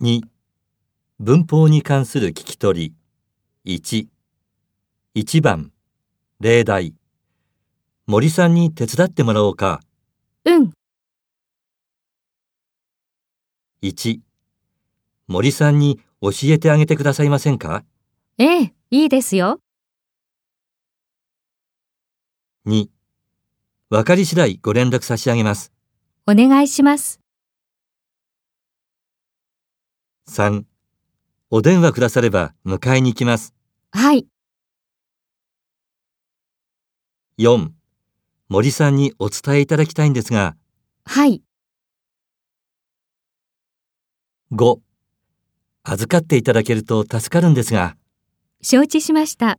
2文法に関する聞き取り11番例題森さんに手伝ってもらおうかうん、 1森さんに教えてあげてくださいませんかええ、いいですよ。 2分かり次第ご連絡差し上げますお願いします。 3お電話くだされば迎えに行きますはい、 4森さんにお伝えいただきたいんですがはい、 5預かっていただけると助かるんですが承知しました。